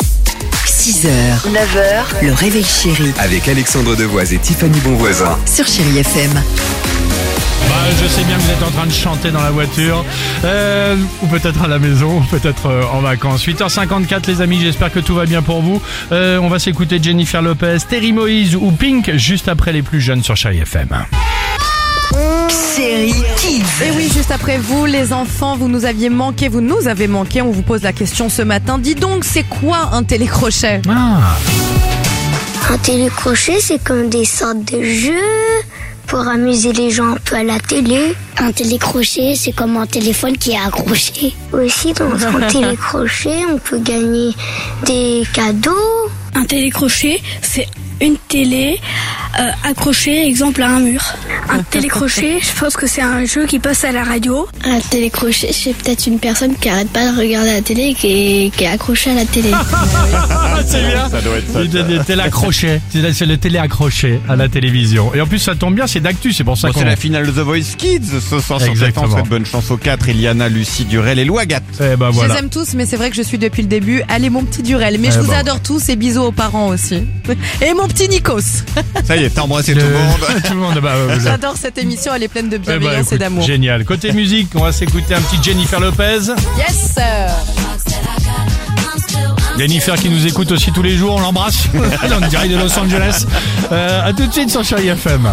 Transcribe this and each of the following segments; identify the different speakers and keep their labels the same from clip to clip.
Speaker 1: 6h, 9h, le réveil chéri
Speaker 2: Avec Alexandre Devoise et Tiffany Bonvoisin.
Speaker 1: sur Chérie FM.
Speaker 3: Bah, je sais bien que vous êtes en train de chanter dans la voiture, euh, ou peut-être à la maison, ou peut-être euh, en vacances. 8h54 les amis, j'espère que tout va bien pour vous. Euh, on va s'écouter Jennifer Lopez, Terry Moïse ou Pink juste après les plus jeunes sur Chérie FM.
Speaker 1: Chérie Kids.
Speaker 4: Et oui, juste après vous, les enfants, vous nous aviez manqué, vous nous avez manqué. On vous pose la question ce matin. Dis donc, c'est quoi un télécrochet
Speaker 3: Ah,
Speaker 5: Un télécrochet, c'est comme des sortes de jeux pour amuser les gens un peu à la télé. Un télécrochet, c'est comme un téléphone qui est accroché. Aussi, dans un télécrochet, on peut gagner des cadeaux.
Speaker 6: Un télécrochet, c'est une télé euh, accrochée, exemple, à un mur. Un télécrochet, je pense que c'est un jeu qui passe à la radio.
Speaker 7: Un télécrochet, c'est peut-être une personne qui arrête pas de regarder la télé et qui est, qui est accrochée à la télé.
Speaker 3: ah c'est bien
Speaker 8: Ça doit être ça.
Speaker 3: C'est le téléaccroché, c'est le téléaccroché à la télévision. Et en plus ça tombe bien, c'est d'actu, c'est pour ça
Speaker 8: Bon,
Speaker 3: qu'on...
Speaker 8: c'est la finale de The Voice Kids ce soir sur cette
Speaker 3: Exactement.
Speaker 8: on souhaite bonne chance aux 4 Eliana, Lucie, Durel et Loagat.
Speaker 3: Eh ben
Speaker 4: Je
Speaker 3: voilà.
Speaker 4: les aime tous, mais c'est vrai que je suis depuis le début. Allez, mon petit Durel. Mais
Speaker 3: Eh
Speaker 4: je vous
Speaker 3: ben.
Speaker 4: adore tous et bisous aux parents aussi. Et mon petit Nikos.
Speaker 8: Ça y est, t'as embrassé Oh, tout
Speaker 3: Le-
Speaker 8: le monde.
Speaker 3: tout le monde, bah, vous avez-
Speaker 4: J'adore cette émission, elle est pleine de
Speaker 3: Eh ben,
Speaker 4: bienveillance et
Speaker 3: écoute,
Speaker 4: d'amour.
Speaker 3: Génial. Côté musique, on va s'écouter un petit Jennifer Lopez.
Speaker 4: Yes, sir.
Speaker 3: Jennifer qui nous écoute aussi tous les jours, on l'embrasse. Elle est en direct de Los Angeles. Euh, à tout de suite sur Chérie FM.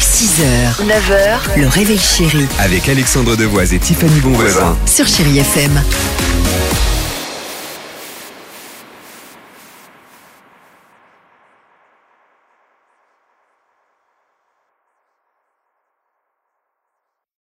Speaker 1: 6h, 9h, le réveil chéri
Speaker 2: Avec Alexandre Devoise et Tiffany Bonvoisin.
Speaker 1: sur Chérie FM.